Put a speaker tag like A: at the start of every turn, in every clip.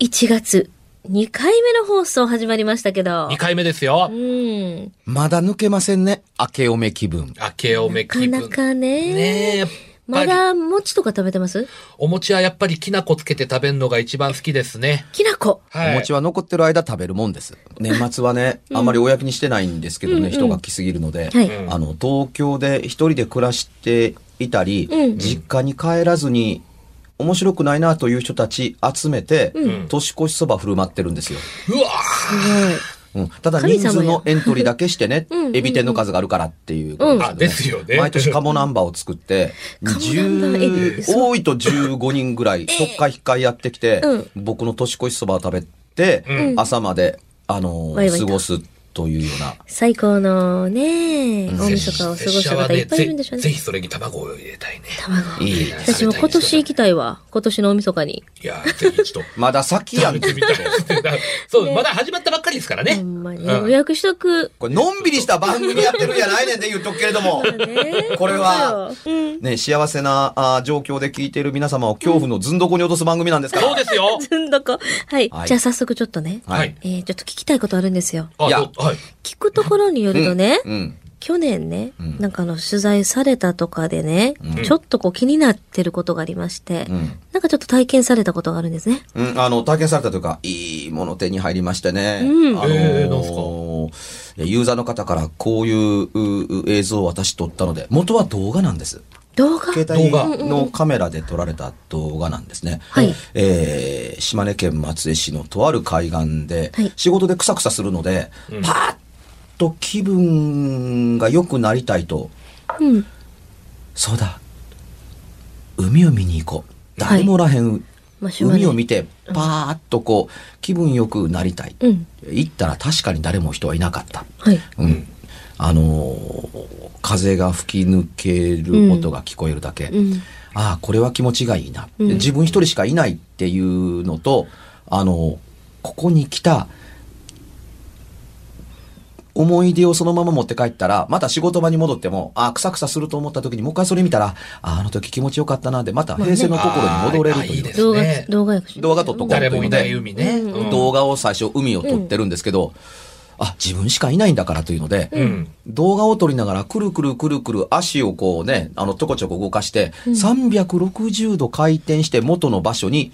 A: 1月、2回目の放送始まりましたけど
B: 2。回目ですよ
A: う。ん。
C: まだ抜けませんね。明けおめ気分。
B: 明けおめ
A: な
B: 気
A: か
B: 分。
A: なかね。
B: ねえ、やっぱ
A: ま
B: り。
A: だ餅とか食べてます
B: お餅はやっぱりきな粉つけて食べるのが一番好きですね。
A: きなこ。
B: はい。
C: お餅は残ってる間食べるもんです。年末はね、あんまり公にしてないんですけどね、人が来すぎるので、
A: はい
C: あの、東京で一人で暮らしていたり、
A: うん
C: 実家に帰らずに、面白くないなという人たち集めて、年越しそば振る舞ってるんですよ。
B: うわ
A: すごい。
C: うん、ただ
A: 神
C: 人
A: 様や
C: 数のエントリーだけしてね
A: うんうんうん、
C: エビ天の数があるからっていうこと
B: あですよね
C: 毎年カモナンバーを作って、
A: カモナンバーエビ
C: 10多いと15人ぐらい、特会引っかいやってきて
A: うん、
C: 僕の年越しそばを食べて、朝まで、あの
A: ワイワイ
C: ー、
A: と
C: 過ごすというような。
A: 最高のね、大晦日を過ごした方いっぱいいるんでしょう
B: ぜ
A: ね。
B: ひそれに卵を入れたいね。
A: 卵。
C: いいね
A: 私も今年行きたいわ。今年の大晦日に。
B: いやー、ぜひちょっと。
C: まだ先やん
B: 食べてみたい そう、まだ始まったばっかりですからね。
A: ほんまに。
B: う
A: 予
B: ん
A: 約しとく。
C: これ、のんびりした番組やってるんじゃないねんで言っとくけれども。
A: ね
C: これは
A: そうようん。
C: ね、幸せなあー状況で聞いている皆様を恐怖のずんどこに落とす番組なんですから。
B: そうですよ。
A: ずんどこ。はい。
C: はい
A: じゃあ早速ちょっとね。
C: は
B: はい
C: い。。
A: えー、ちょっと聞きたいことあるんですよ。
B: あ、
C: いや
B: どうはい。
A: 聞くところによるとね、
C: うん。
A: 去年ね、
C: うん
A: なんかあの取材されたとかでね、
C: うん
A: ちょっとこう気になってることがありまして、
C: うん。
A: なんかちょっと体験されたことがあるんですね。
C: うん、あの、体験されたというか、いいもの手に入りましてね。
A: うん
C: あの
B: えーなんすか
C: いやユーザーの方からこういううう映像を私撮ったので、元は動画なんです。
A: 動画
C: 携
B: 動画
C: 帯のカメラで撮られた動画なんですね。
A: はい
C: えー島根県松江市のとある海岸で、
A: はい
C: 仕事でクサクサするので、
B: うん
C: パーッと気分が良くなりたいと、
A: うん。
C: そうだ、海を見に行こう。
A: はい
C: 誰もおらへん、
A: まあ、しょうがない
C: 海を見て、パーッとこう、気分良くなりたい。
A: うん。
C: 行ったら確かに誰も人はいなかった。
A: はい。
C: うん。あのー風が吹き抜ける音が聞こえるだけ。
A: うん。
C: ああ、これは気持ちがいいな、
A: うん
C: 自分一人しかいないっていうのと、あの、ここに来た、思い出をそのまま持って帰ったら、また仕事場に戻っても、ああ、くさくさすると思った時に、もう一回それ見たら、ああ、あの時気持ちよかったな、で、また平成の心に戻れ
B: まあね
C: ると
B: ああい
C: い。
B: いうです
A: 動画
B: ね、
A: 動画役
C: 動画撮っとこう
B: 誰もいない海ね。
A: うん
B: うん
C: 動画を最初、海を撮ってるんですけど、あ、自分しかいないんだからというので、
B: うん。
C: 動画を撮りながらくるくるくるくる足をこうね、あの、ちょこちょこ動かして、360度回転して元の場所に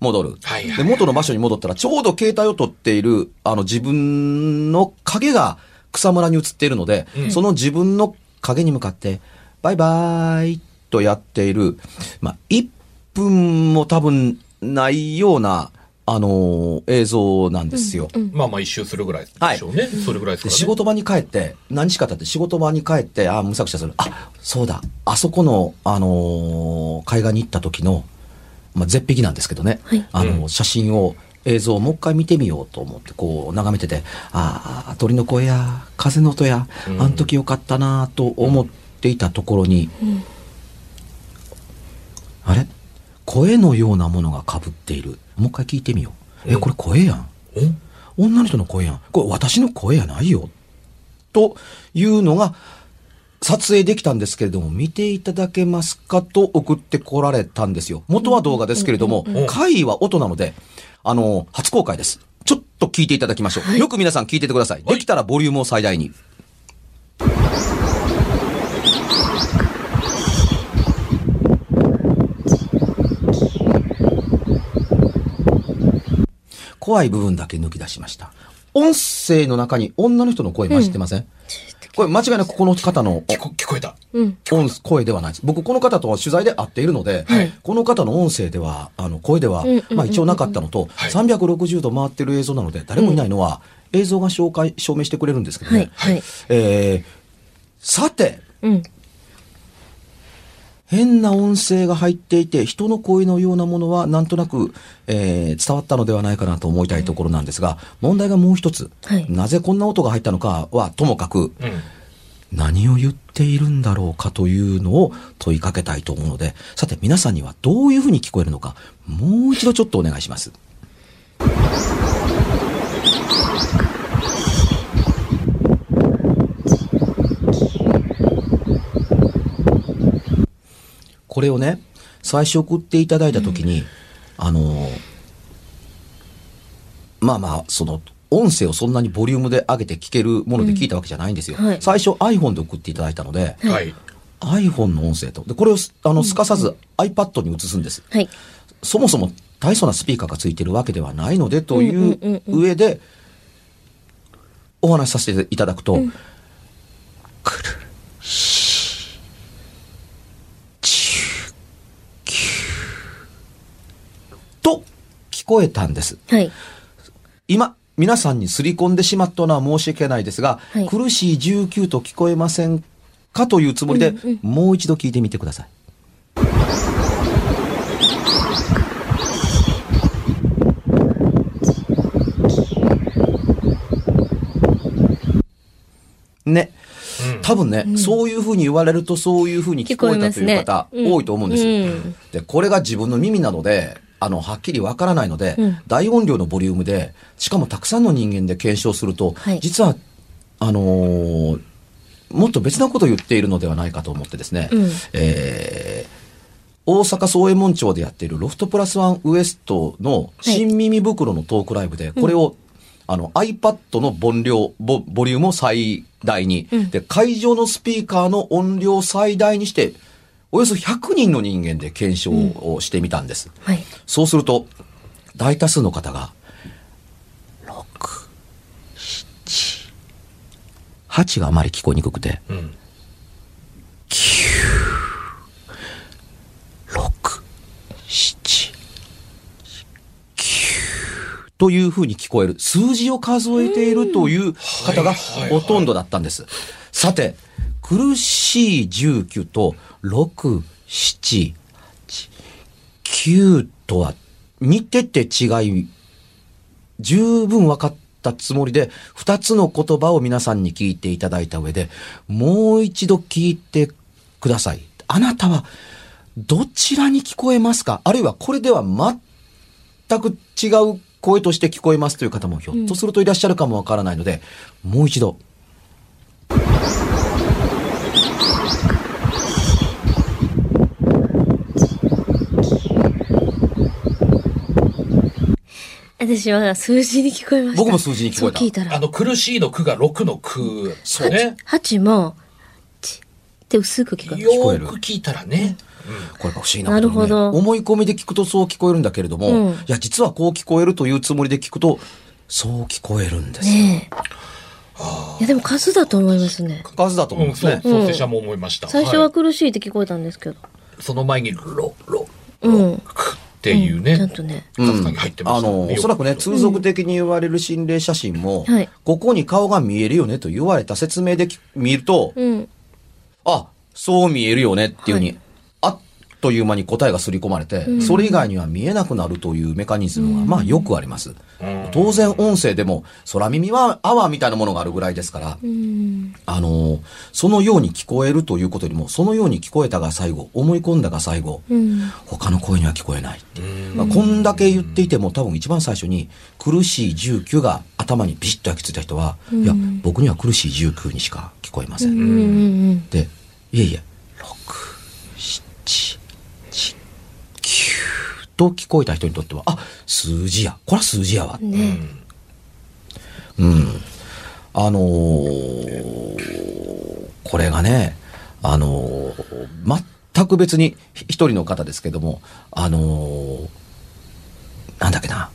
C: 戻る。
B: はいはい
C: で、元の場所に戻ったら、ちょうど携帯を撮っている、あの、自分の影が草むらに映っているので、その自分の影に向かって、バイバーイとやっている、まあ、1分も多分ないような、あの映像なんですよ。
B: まあまあ一周するぐらいでしょうね。それぐらいですからね。
C: で仕事場に帰って、何日か経って仕事場に帰って、ああ、むさくしゃする。あ、そうだ、あそこの、あのー海岸に行った時の、まあ、絶壁なんですけどね、
A: はい
C: あのー
B: うん
C: 写真を、映像をもう一回見てみようと思って、こう、眺めてて、ああ、鳥の声や、風の音や、
B: うん
C: あの時よかったなと思っていたところに、あれ声のようなものが被っている。もう一回聞いてみよう。え、これ声やん。
B: うん
C: 女の人の声やん。これ私の声やないよ。というのが、撮影できたんですけれども、見ていただけますかと送ってこられたんですよ。元は動画ですけれども
B: んうん、
C: 会は音なので、あの、初公開です。ちょっと聞いていただきましょう。よく皆さん聞いててください。できたらボリュームを最大に。怖い部分だけ抜き出しました。音声の中に女の人の声混じってません、これ間違いなくここの方の
B: 聞こ聞こえた。
A: うん。
C: 音声ではないです。僕、この方とは取材で会っているので、
A: はい
C: この方の音声では、あの、声では
A: うんうんうん、うん
C: まあ一応なかったのと、
B: はい
C: 360度回ってる映像なので、誰もいないのは、映像が紹介、証明してくれるんですけどね。
A: はい。はい。
C: えー、さて、
A: うん。
C: 変な音声が入っていて、人の声のようなものは、なんとなく、えー伝わったのではないかなと思いたいところなんですが、問題がもう一つ。
A: はい
C: なぜこんな音が入ったのかは、ともかく、
B: うん。
C: 何を言っているんだろうかというのを問いかけたいと思うので、さて皆さんにはどういうふうに聞こえるのか、もう一度ちょっとお願いします。これをね、最初送っていただいたときに、あの、まあまあ、その、音声をそんなにボリュームで上げて聞けるもので聞いたわけじゃないんですよ。
A: うんはい
C: 最初 iPhone で送っていただいたので、
A: はい
B: はい。
C: iPhone の音声と。で、これをすあのすかさず iPad に移すんです。
A: はい。
C: そもそも大層なスピーカーがついてるわけではないのでとい
A: んうん
C: う
A: うん
C: 上でお話しさせていただくと、くるるしちゅうきゅうと聞こえたんです。
A: はい。
C: 今、皆さんにすり込んでしまったのは申し訳ないですが、
A: はい
C: 苦しい19と聞こえませんかというつもりで、
A: うんうん
C: もう一度聞いてみてください。ね。
B: うん
C: 多分ね、そういうふうに言われるとそういうふうに聞こえたという
A: 聞こ
C: 方、
A: えますねうん
C: 多いと思うんです、
A: うん
C: で、これが自分の耳なので、あの、はっきりわからないので、
A: うん
C: 大音量のボリュームで、しかもたくさんの人間で検証すると、
A: はい
C: 実は、あのーもっと別なことを言っているのではないかと思ってですね、
A: うん
C: えー大阪総右衛門町でやっているロフトプラスワンウエストの新耳袋のトークライブで、これを、あの iPad の音量ボ、ボリュームを最大に、
A: うん
C: で、会場のスピーカーの音量を最大にして、およそ100人の人間で検証をしてみたんです。
A: はい。
C: そうすると、大多数の方が、6、7、8があまり聞こえにくくて、
B: うん。
C: 六、七、九というふうに聞こえる。数字を数えているという方がほとんどだったんです。さて、苦しい19と6、7、8、9とは似てて違い、十分分かったつもりで、二つの言葉を皆さんに聞いていただいた上で、もう一度聞いてください。あなたは、どちらに聞こえますかあるいはこれでは全く違う声として聞こえますという方もひょっとするといらっしゃるかもわからないので、もう一度。
A: 私は数字に聞こえました。
C: 僕も数字に聞こえた
A: そう聞いた
B: あ
A: ら。
B: の、苦しいの苦が6の苦。そうね。
A: 8も、チって薄く聞こえ
B: よ
A: ま
C: こえる
B: ーく聞いたらね。
C: これが不思議な
A: な
C: ことにね
A: るほど
C: 思い込みで聞くとそう聞こえるんだけれども、
A: うん。
C: いや、実はこう聞こえるというつもりで聞くと、そう聞こえるんですす。
A: ねえ。いや、でも数だと思いますね。
C: 数だと
B: うん。
C: 思うん
B: うん、
C: です
B: そう、
C: ね。
B: そう、拙者も思いました。
A: 最初は苦しいって聞こえたんですけど。
B: いその前に、ロ、ロ、
A: うん。
B: クっていうね。
A: ちゃんとね。
B: かすかに入ってま
C: あ
B: したね
C: の、おそらくね、通俗的に言われる心霊写真も、
A: はい
C: ここに顔が見えるよねと言われた説明でき見ると、
A: うん。
C: あ、そう見えるよねっていうふうに、
A: はい
C: あっという間に答えがすり込まれて、
A: ん
C: それ以外には見えなくなるというメカニズムは、まあよくあります。
B: うん
C: 当然音声でも、空耳はアワーみたいなものがあるぐらいですから、
A: うん。
C: あのそのように聞こえるということよりも、そのように聞こえたが最後、思い込んだが最後、
A: うん。
C: 他の声には聞こえない。
B: うん
C: まあ、こんだけ言っていても多分一番最初に苦しい19が頭にビシッと焼き付いた人は、
A: うん
C: いや僕には苦しい19にしか聞こえません、
A: うんうん
C: でいえいえ679と聞こえた人にとってはあ数字やこれは数字やわ
A: うん。ね
C: あのーこれがね、あのー全く別にひ一人の方ですけども、あのーなんだっけな、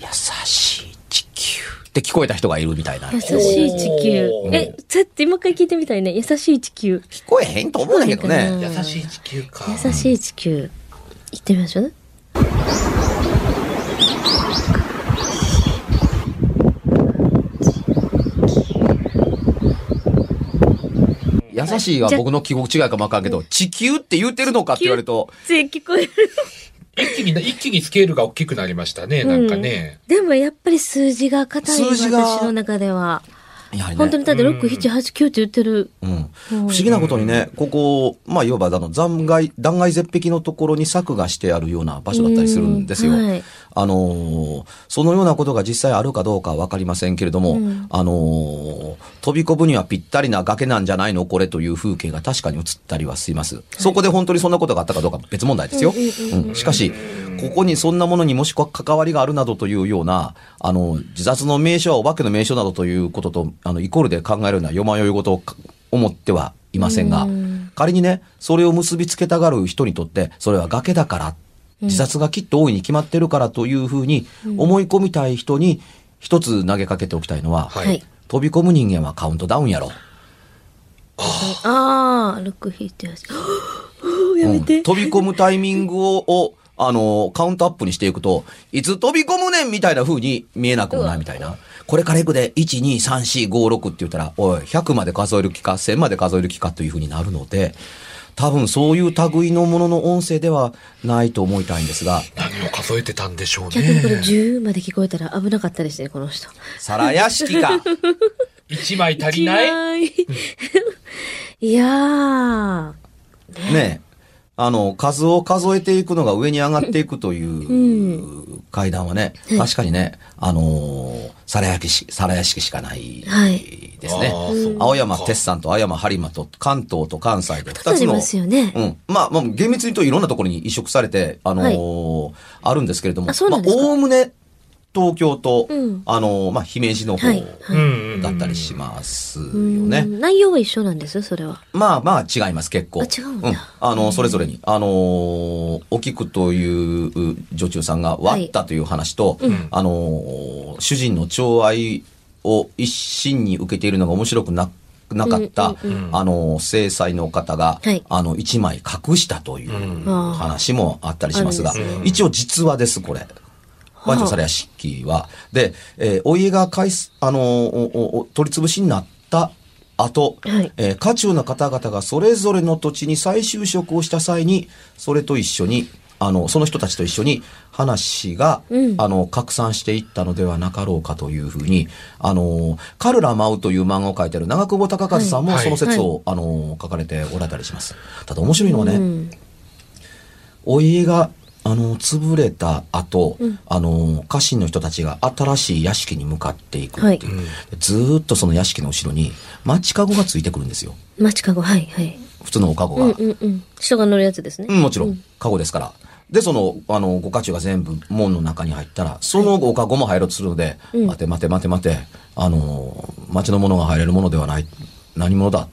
C: 優しい地球って聞こえた人がいるみたいな。
A: 優
C: 聞
A: しい地球
B: お。ー
A: え、ちょっと今回聞いてみたいね。優しい地球。
C: こえへんと思うんだけど
A: う
C: ね
A: ん。
B: 優しい地球か。
A: 優しい地球。行ってみましょうね。
C: 優しいは僕の記憶違いかもわかんけど、地球って言ってるのかって言われると、
A: つい聞こえる。
B: 一気にね、一気にスケールが大きくなりましたね、なんかね。
A: でもやっぱり数字が硬いわ
C: 数字が
A: 私の中では。
C: やはりね
A: 本当にだって6、7、8、9って言ってる。
C: うん
A: う
C: 不
A: ん
C: 思議なことにね、ここ、まあ、いわば、あの、残骸、断崖絶壁のところに柵がしてあるような場所だったりするんですよ。
A: うんはい
C: あのーそのようなことが実際あるかどうかはわかりませんけれども、
A: うん
C: あのー飛び込むにはぴったりな崖なんじゃないのこれという風景が確かに映ったりはします。そこで本当にそんなことがあったかどうか別問題ですよ。うんしかし、ここにそんなものにもしくは関わりがあるなどというような、あの、自殺の名称はお化けの名称などということと、あの、イコールで考えるようなよまよいごとをか思ってはいませんが、仮にね、それを結びつけたがる人にとって、それは崖だから、自殺がきっと大いに決まってるからというふうに思い込みたい人に一つ投げかけておきたいのは、
B: はい
A: はい。
C: 飛び込む人間はカウントダウンやろ。
A: ああ、6引いて足。おーやめ
C: うん
A: て。
C: 飛び込むタイミングを、をあの、カウントアップにしていくと、いつ飛び込むねんみたいな風に見えなくもないみたいな。これから行くで、1、2、3、4、5、6って言ったら、おい、100まで数える気か、1000まで数える気かという風になるので、多分そういう類のものの音声ではないと思いたいんですが、
B: 何を数えてたんでしょう
A: 逆にこれ
B: ね。
A: 10まで聞こえたら危なかったですね、この人。
C: 皿屋 敷か。
B: 一枚足りない
A: いやーいやー。
C: ねえ、あの、数を数えていくのが上に上がっていくという階段はね、確かにね、あのー、皿屋敷、皿屋敷しかない
A: はい
C: ですね。
B: あーそうか
C: 青山鉄山と青山播磨と関東と関西
A: 二
C: で2
A: つあ
C: つ
A: り
C: の
A: ますよね。
C: うん。まあ、まあ、厳密に言うといろんなところに移植されて、あのーあるんですけれども、
A: あそう
C: ま
A: な
C: あ
A: ん、ですか
C: おおむね東京と、
A: うん
C: あのーまあ、姫路の方
A: はい
B: うんうんうん
C: だったりしますよ
A: うん
C: ね。
A: 内容は一緒なんですよ、それは。
C: まあまあ違います、結構。
A: あ違うんだ
C: あの、それぞれに。あのーお菊というう女中さんが割ったという話と、
B: ん
C: あのー主人の寵愛を一身に受けているのが面白くな、なかった、
A: うん
B: うんうん
C: あのー、制裁の方が、
A: はい
C: あの、一枚隠したという
B: うん
A: あー
C: 話もあったりしますが、
A: あるんです
B: ね
C: 一応実話です、これ。
A: あ
C: 番長されや式は。で、えーお家が返す、あのーおおお取り潰しになった後、
A: はい
C: えー家中の方々がそれぞれの土地に再就職をした際に、それと一緒に、あの、その人たちと一緒に話が、
A: うん
C: あの、拡散していったのではなかろうかというふうに、あのー、カルラ舞うという漫画を書いてる長久保隆和さんも
B: はい
C: その説
A: は
C: を、あのー、書かれておられたりします。ただ面白いのはね、
A: うん
C: お家があの潰れた後、
A: うん
C: あの家臣の人たちが新しい屋敷に向かっていくっていう、
B: はい
C: ずーっとその屋敷の後ろに町かごがついてくるんですよ
A: 街かご、はい、はい。
C: 普通のおかごが、
A: うんうんうん。人が乗るやつですね。
C: うんもちろんかごですからでそのあのご家中が全部門の中に入ったらそのおかごも入ろうとするので、
A: うん
C: 待て待て待て待てあの町の者が入れるものではない何者だ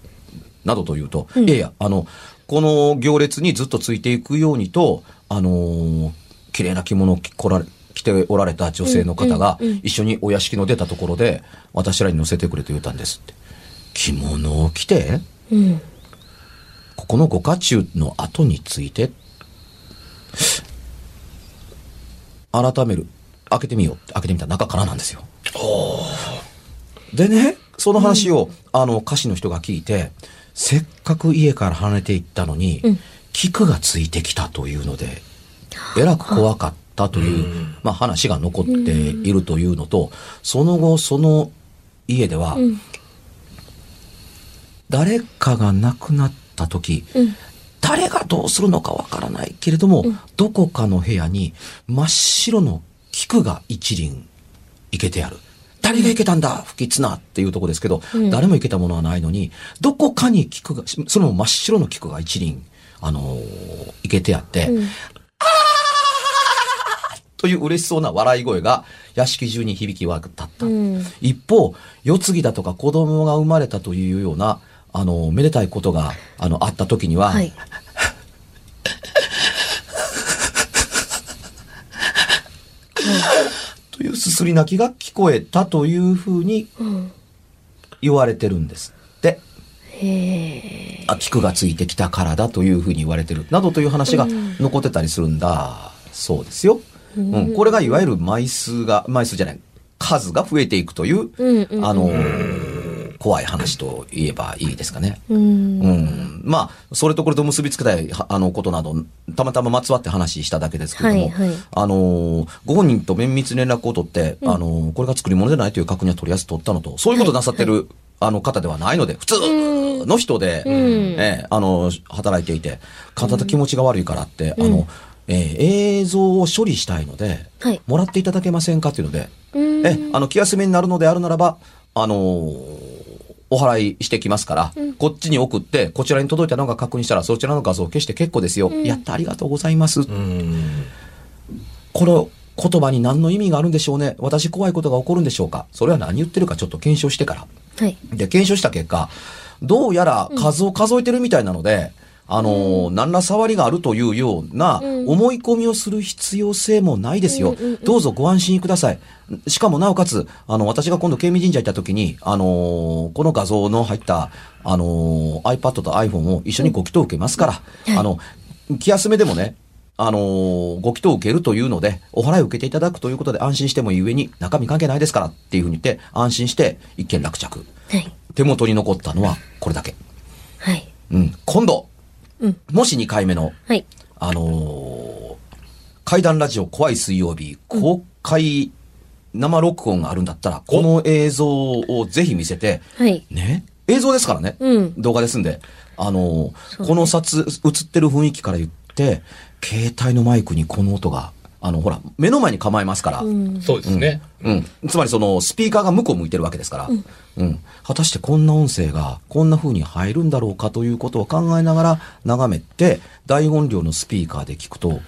C: などと言うと、いやいやあのこの行列にずっとついていくようにとあのー綺麗な着物を着こられ着ておられた女性の方が一緒にお屋敷の出たところで私らに乗せてくれと言ったんですって着物を着て
A: うん。
C: ここの五家中の後について、改める。開けてみよう。開けてみたら中からなんですよ。でね、その話を、あの、歌詞の人が聞いて、せっかく家から離れていったのに、菊がついてきたというので、えらく怖かったという、まあ話が残っているというのと、その後、その家では、
A: うん。
C: 誰かが亡くなった時、
A: うん。
C: 誰がどうするのかわからないけれども、どこかの部屋に真っ白の菊が一輪いけてある。誰がいけたんだ不吉なっていうとこですけど、
A: うん
C: 誰もいけたものはないのに、どこかに菊が、しその真っ白の菊が一輪、あのーいけてあって、
A: うん
C: という嬉しそうな笑い声が屋敷中に響き渡った。
A: うん。
C: 一方、世継ぎだとか子供が生まれたというような、あの、めでたいことが、あの、あった時には、
A: はい。
C: というすすり泣きが聞こえたというふうに
A: うん。
C: 言われてるんですって。
A: へえ。
C: あ、菊がついてきたからだというふうに言われてる。などという話が残ってたりするんだ、そうですよ。うん。これがいわゆる枚数が、枚数じゃない、数が増えていくという、
A: うんうんうん
C: あのー、怖い話と言えばいいですかね。
A: うん。
C: うん、まあ、それとこれと結びつけたいはあのことなど、たまたままつわって話しただけですけれども、
A: はいはい
C: あのーご本人と綿密に連絡を取って、あのーこれが作り物じゃないという確認は取りあえず取ったのと、そういうことをなさってる、あの方ではないので、普通の人で、
A: ん
C: ええあのー働いていて、体気持ちが悪いからって、あの、ええ映像を処理したいので、
A: はい
C: もらっていただけませんかっていうので、
A: うん。
C: え、あの、気休めになるのであるならば、あのーお払いしてきますから、こっちに送って、こちらに届いたのが確認したら、そちらの画像を消して結構ですよ。やった、ありがとうございます。
B: うん。
C: この言葉に何の意味があるんでしょうね。私怖いことが起こるんでしょうか。それは何言ってるかちょっと検証してから。
A: はい。
C: で、検証した結果、どうやら数を数えてるみたいなので、あのー何ら触りがあるというような
A: うん
C: 思い込みをする必要性もないですよ。
A: うんうんうん
C: どうぞご安心ください。しかもなおかつ、あの、私が今度、慶美神社行った時に、あのーこの画像の入った、あのー iPad と iPhone を一緒にご祈祷受けますから、あの、気休めでもね、あのーご祈祷を受けるというので、お払いを受けていただくということで安心してもいい上に、中身関係ないですからっていうふうに言って、安心して一件落着。
A: はい。
C: 手元に残ったのはこれだけ。
A: はい。
C: うん。今度、
A: うん。
C: もし2回目の、
A: はい。
C: あのー怪談ラジオ怖い水曜日公開生録音があるんだったら、この映像をぜひ見せて、
A: はい。
C: ね映像ですからね。
A: うん
C: 動画ですんで。あのー
A: そうね
C: この撮、映ってる雰囲気から言って、携帯のマイクにこの音が、あの、ほら、目の前に構えますから、
A: うん。
B: そうですね。
C: うん、つまりそのスピーカーが向こう向いてるわけですから、うん果たしてこんな音声がこんな風に入るんだろうかということを考えながら眺めて大音量のスピーカーで聞くと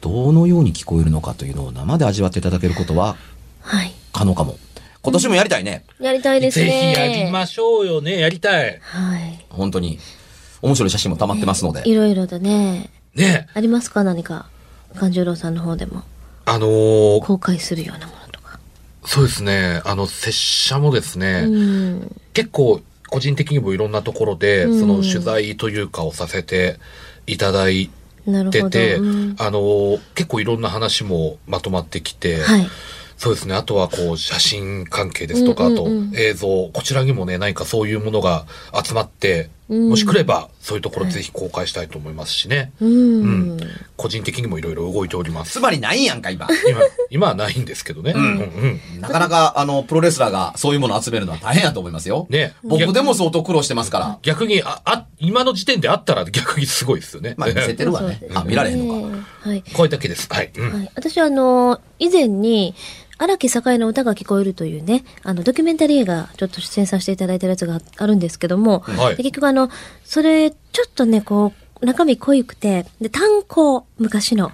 C: どのように聞こえるのかというのを生で味わっていただけることは
A: はい。
C: 可能かも今年もやりたいね、
A: やりたいです
B: ぜ
A: ね。
B: ひやりましょうよね。やりたい。
A: はい。
C: 本当に面白い写真も溜まってますので、
A: いろいろとね、
B: ね。
A: ありますか何か。勘十郎さんの方でも。
B: あのー
A: 公開するようなものとか。
B: そうですね。あの、拙者もですね、
A: うん。
B: 結構個人的にもいろんなところで、
A: うん
B: その取材というかをさせていただい
A: なる
B: て
A: ほど。
B: て、
A: うん
B: あの、結構いろんな話もまとまってきて、
A: はい。
B: そうですね。あとはこう、写真関係ですとか、
A: うんうんうん
B: あと映像、こちらにもね、何かそういうものが集まって、
A: うん
B: もし来れば、そういうところぜひ公開したいと思いますしね。
A: うん。
B: うん個人的にもいろいろ動いております
C: つ。まりないんやんか今
B: 今、 今はないんですけどね。うんうん。
C: なかなかあのプロレスラーがそういうものを集めるのは大変だと思いますよ、
B: ね
C: 僕でも相当苦労してますから、
B: 逆に、あ、あ、今の時点であったら逆にすごいですよね。
C: まあ見せてるわね
A: そうそう
C: あ見られへんのか、
A: ねえはい。
B: これだけです。はい。うん
A: はい、私はあの、以前に、荒木栄の歌が聞こえるというね、あの、ドキュメンタリー映画、ちょっと出演させていただいてるやつがあるんですけども、
B: はい
A: で結局あの、それ、ちょっとね、こう、中身濃ゆくて、で、炭鉱、昔の。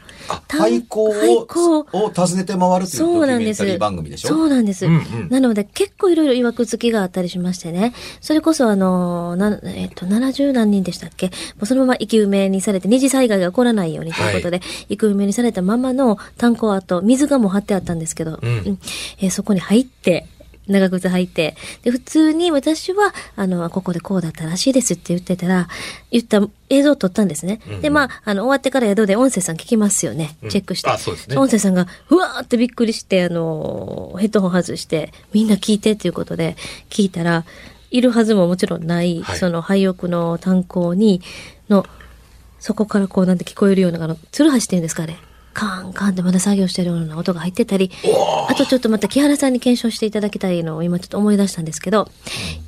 C: 廃校
A: 炭
C: を
A: 鉱
C: を訪ねて回るという
A: そ
C: ド
A: う
C: キ
A: なん
C: ュメ
A: で
C: ンタ
A: す。
C: リー番組でしょ
A: そうなんです。
B: うんうん
A: なので、結構いろいろ曰く付きがあったりしましてね。それこそ、あの、な、えっ、と、70何人でしたっけもうそのまま生き埋めにされて、二次災害が起こらないようにということで、生き埋めにされたままの炭鉱跡、水がもう張ってあったんですけど、
B: うん
A: えーそこに入って、長靴履いて。で、普通に私は、あの、ここでこうだったらしいですって言ってたら、言った映像を撮ったんですね。
B: うん
A: で、まあ、あの、終わってから宿で音声さん聞きますよね。
B: うん
A: チェックして。
B: あそうですね
A: 音声さんが、うわーってびっくりして、あのーヘッドホン外して、みんな聞いてっていうことで、聞いたら、いるはずももちろんない、
B: はい
A: その、廃屋の炭鉱に、の、そこからこうなんて聞こえるような、あの、鶴橋っていうんですかね。カーンカーンってまだ作業してるような音が入ってたり、あとちょっとまた木原さんに検証していただきたいのを今ちょっと思い出したんですけど、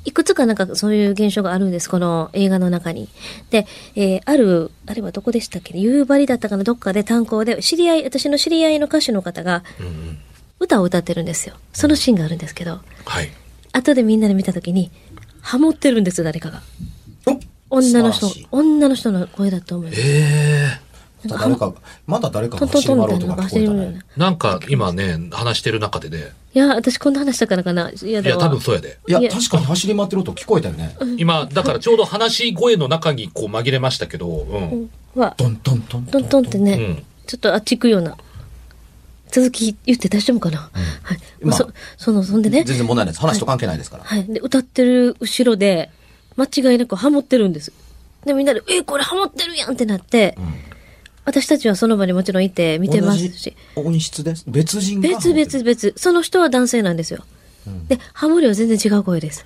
A: いくつかなんかそういう現象があるんです、この映画の中に。で、えーある、あれはどこでしたっけね、夕張だったかな、どっかで炭鉱で、知り合い、私の知り合いの歌手の方が
B: うんうん。
A: 歌を歌ってるんですよ。そのシーンがあるんですけど、
B: はい。
A: 後でみんなで見た時に、ハモってるんです、誰かが。女の人
C: 素晴らしい、
A: 女の人の声だと思う。
B: ええ
C: また誰か、まだ誰か
A: ト
C: が
A: ントン
C: 走
A: ト
C: り
A: ンみ
C: 回
A: た
C: ろ
A: いうなのが走る
C: とか聞こえた
A: よう
C: ね
A: な。。
B: なんか今ね、話してる中でね、
A: いや、私こんな話したからかな。いや、
B: い
A: で
B: や、
A: も
B: 多分そうやで。
C: いや
A: いや、
C: 確かに走り回ってる音聞こえたよね。
B: 今、だからちょうど話し声の中にこう紛れましたけど、うん。うん。
A: うわ、
C: トントントン
A: ト
C: トン。
A: ントンってね、ちょっとあっち行くような。続き言って大丈夫かな、はい。ま
C: まあ
A: あ、そ、その、そんでね
C: 全。然問題ないです。話と関係ないですから。
A: はい。で、歌ってる後ろで、間違いなくハモってるんです。で、みんなで、え、これハモってるやんってなって、私たちはその場にもちろんいて見てますし。
C: 同じ音質です。別人が。
A: 別々別。その人は男性なんですよ。で、ハモリは全然違う声です。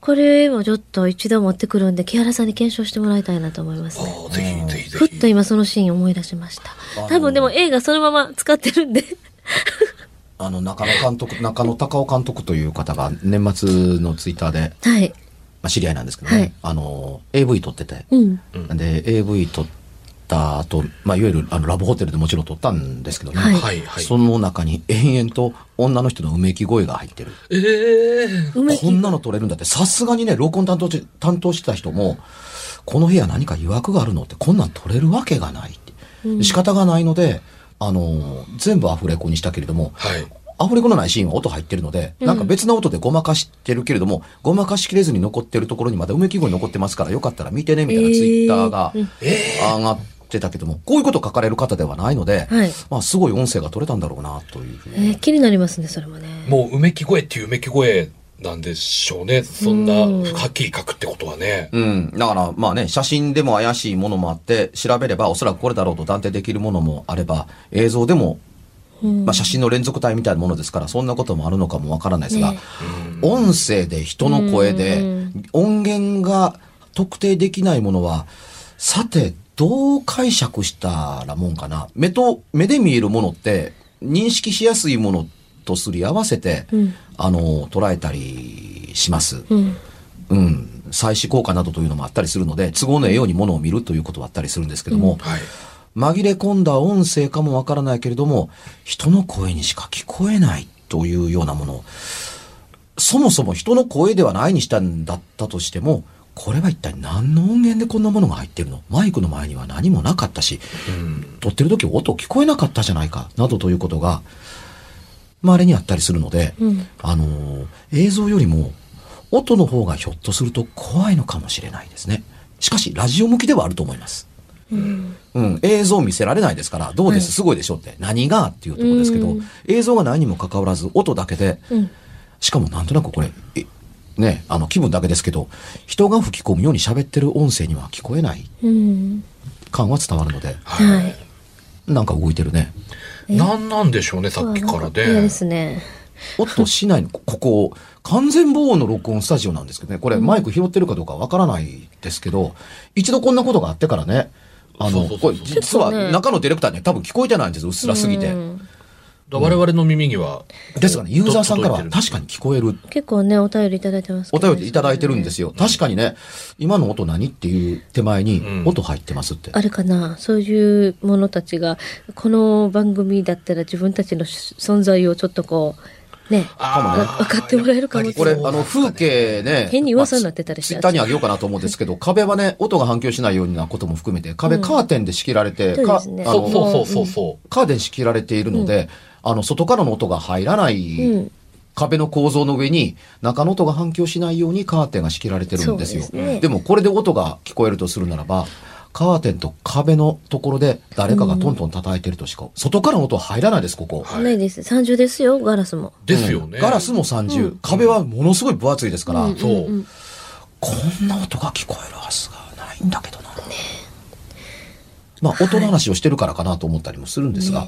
A: これもちょっと一度持ってくるんで、木原さんに検証してもらいたいなと思います
B: あ
A: ね。
B: あ、ぜひぜひぜ
A: ふっ
B: ひ。
A: と今そのシーン思い出しました
C: あの。ー
A: 多分でも映画そのまま使ってるん で。
C: あの、中野監督、中野隆夫監督という方が年末のツイッターで、
A: はい。
C: まあ、知り合いなんですけどね、
A: はい
C: あの、AV 撮ってて、
A: うん。
B: うん
C: で、AV 撮ったった後、まあ、いわゆるあのラブホテルでもちろん撮ったんですけどね、
A: はい
B: はいはい
C: その中に延々と女の人のうめき声が入ってる。
B: ええ
A: 梅木
C: こんなの撮れるんだって、さすがにね、録音担当し担当してた人も、この部屋何か曰くがあるのって、こんなん撮れるわけがないって。仕方がないので、あのー全部アフレコにしたけれども、
B: はい。
C: アフレコのないシーンは音入ってるので、なんか別の音でごまかしてるけれども、ごまかしきれずに残ってるところにまだうめき声残ってますから、よかったら見てね、みたいな
A: えー
C: ツイッターが
A: うん
C: 上がってたけども、こういうこと書かれる方ではないので、
A: はい
C: まあすごい音声が取れたんだろうな、というふう
A: え
C: に。
A: ー気になりますね、それもね。
B: もう、うめき声っていううめき声なんでしょうね。そんな、
A: うん
B: はっきり書くってことはね。
C: うん。だから、まあね、写真でも怪しいものもあって、調べればおそらくこれだろうと断定できるものもあれば、映像でも、
A: うん
C: まあ写真の連続体みたいなものですから、そんなこともあるのかもわからないですが、
A: ね
C: 音声で人の声で
A: う、
C: 音源が特定できないものは、さて、どう解釈したらもんかな。目と、目で見えるものって、認識しやすいものとすり合わせて、
A: うん
C: あの、捉えたりします。
A: うん。
C: うん、祭祀効果などというのもあったりするので、都合のええようにものを見るということはあったりするんですけども、
B: はい。
C: 紛れ込んだ音声かもわからないけれども、人の声にしか聞こえないというようなもの、そもそも人の声ではないにしたんだったとしても、これは一体何の音源でこんなものが入ってるのマイクの前には何もなかったし、
B: うん。
C: 撮ってる時音聞こえなかったじゃないか、などということが、まあ、あれにあったりするので、
A: うん
C: あのー映像よりも音の方がひょっとすると怖いのかもしれないですね。しかし、ラジオ向きではあると思います。
A: うん。
C: うん、映像見せられないですから、どうです、
A: はい
C: すごいでしょって、何がっていうところですけ
A: う
C: ど
A: ん、
C: 映像がないにもかかわらず、音だけで、
A: うん。
C: しかもなんとなくこれ、えね、あの気分だけですけど、人が吹き込むように喋ってる音声には聞こえない
A: うん。
C: 感は伝わるので、
A: はい。
C: なんか動いてるね。
B: なんなんでしょうね、さっきから
A: うわなん嫌
B: で
A: で。すね。
C: 音しないの、こここ、完全防音の録音スタジオなんですけどね、これマイク拾ってるかどうかわからないですけど、一度こんなことがあってからね、あの、
B: そうそう
C: こ
B: そう
C: れ実は
A: ちょっとね
C: 中のディレクターには多分聞こえてないんですうっすらすぎて
A: う。ん
B: だ我々の耳には。
C: ですがね、ユーザーさんからは
B: ど
C: 確かに聞こえる。
A: 結構ね、お便りいただいてます
C: お便りいただいてるんです
A: よ。
C: よ。確かにね、今の音何っていう手前に
B: うん
C: 音入ってますって。
A: あれかなそういうものたちが、この番組だったら自分たちの存在をちょっとこう、ね、
B: あー
A: 分かってもらえるかもし
C: こ
A: れ
C: れ、
A: な
C: あ
A: い。
C: の、風景ね。
A: 変に噂になってたりし
C: ツ
A: ち
C: イ
A: ゃ
C: ッ
A: う
C: ターにあげようかなと思うんですけど、壁はね、音が反響しないようなことも含めて、壁カーテンで仕切られて、
A: そう
C: か
A: ですね
C: あ
B: そう
C: の
B: そうそうそうそ
C: カーテン仕切られているので、あの、外からの音が入らない、
A: うん
C: 壁の構造の上に中の音が反響しないようにカーテンが仕切られてるんですよ。
A: そう
C: で
A: ですね
C: もこれで音が聞こえるとするならば、カーテンと壁のところで誰かがトントン叩いてるとしか、外からの音は入らないです、ここ。
B: はい
A: ないです。30ですよ、ガラスも。
B: う。ですよね。
C: ガラスも30、壁はものすごい分厚いですから、
B: そう。
C: こんな音が聞こえるはずがないんだけどな。まあ、音の話をしてるからかなと思ったりもするんですが、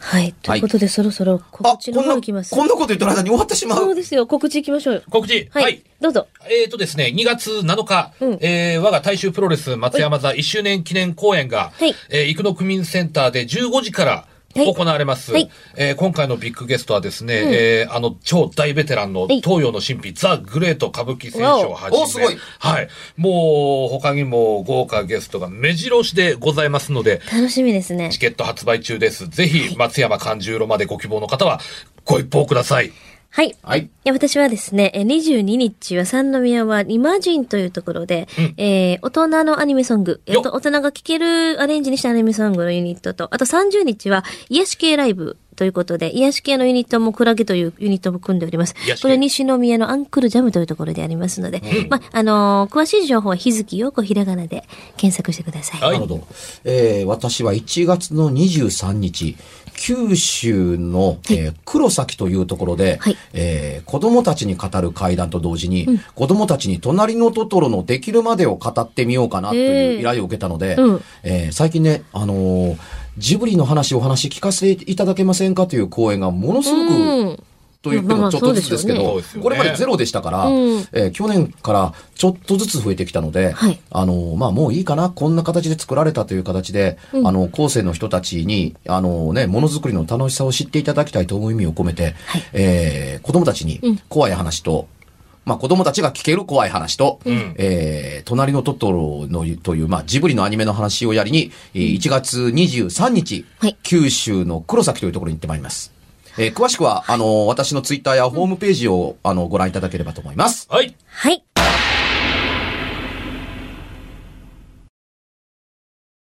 A: はい。ということで、そろそろ
C: あ、
A: 告知の
C: こん
A: 方
C: な、
A: いきます。
C: こんなこと言ってる間に終わってしま
A: そう
C: う。
A: ですよ、告知いきましょうよ。
B: 告知。
A: はい。
B: はい。
A: どうぞ。
B: えーとですね、2月7日、
A: うん
B: えー我が大衆プロレス松山座1周年記念公演が、
A: はい
B: えー生野区民センターで15時から、
A: はい
B: 行われます、
A: はい
B: えー今回のビッグゲストはですね、えーあの、超大ベテランの
A: はい
B: 東洋の神秘、ザ・グレート歌舞伎選手をはじめ、
C: おすごい
B: はい。もう、他にも豪華ゲストが目白押しでございますので、
A: 楽しみですね
B: チ。ケット発売中です。ぜひ、松山勘十郎までご希望の方は、ご一報ください。
A: はい。
C: はい。
A: いや私はですね、えー22日は三宮はイマジンというところで、えー大人のアニメソング、えー
B: よっ
A: と大人が聴けるアレンジにしたアニメソングのユニットと、あと30日は癒し系ライブということで、癒し系のユニットもクラゲというユニットも組んでおります
B: 癒し。系
A: これ西宮のアンクルジャムというところでありますので、ま、あのー詳しい情報は日月陽子ひらがなで検索してください。
B: はい
C: なるほど。えー私は1月の23日、九州の、えー黒崎というところで、
A: はい
C: えー子供たちに語る会談と同時に、子供たちに隣のトトロのできるまでを語ってみようかなと
A: へ
C: い
A: ー
C: う依頼を受けたので、
A: うん
C: えー最近ね、あのージブリの話お話聞かせていただけませんかという講演がものすご
A: う
C: く
A: ん
C: と言って
A: まあま
C: も
A: あ
C: ちょっとずつですけ
B: そ
C: ど、
B: うですよね
C: これまでゼロでしたから、
A: うん
C: えー去年からちょっとずつ増えてきたので、
A: はい
C: あの、まあ、もういいかな、こんな形で作られたという形で、あの、後世の人たちに、あのね、ものづくりの楽しさを知っていただきたいという意味を込めて、
A: はい
C: えー子供たちに怖い話と、まあ子供たちが聞ける怖い話と、
B: ん
C: えー、隣のトトロのい、という、まあジブリのアニメの話をやりに、えー1月23日、
A: はい
C: 九州の黒崎というところに行ってまいります。えー詳しくは、あの、私のツイッターやホームページを、あの、ご覧いただければと思います。
B: はい。
A: はい。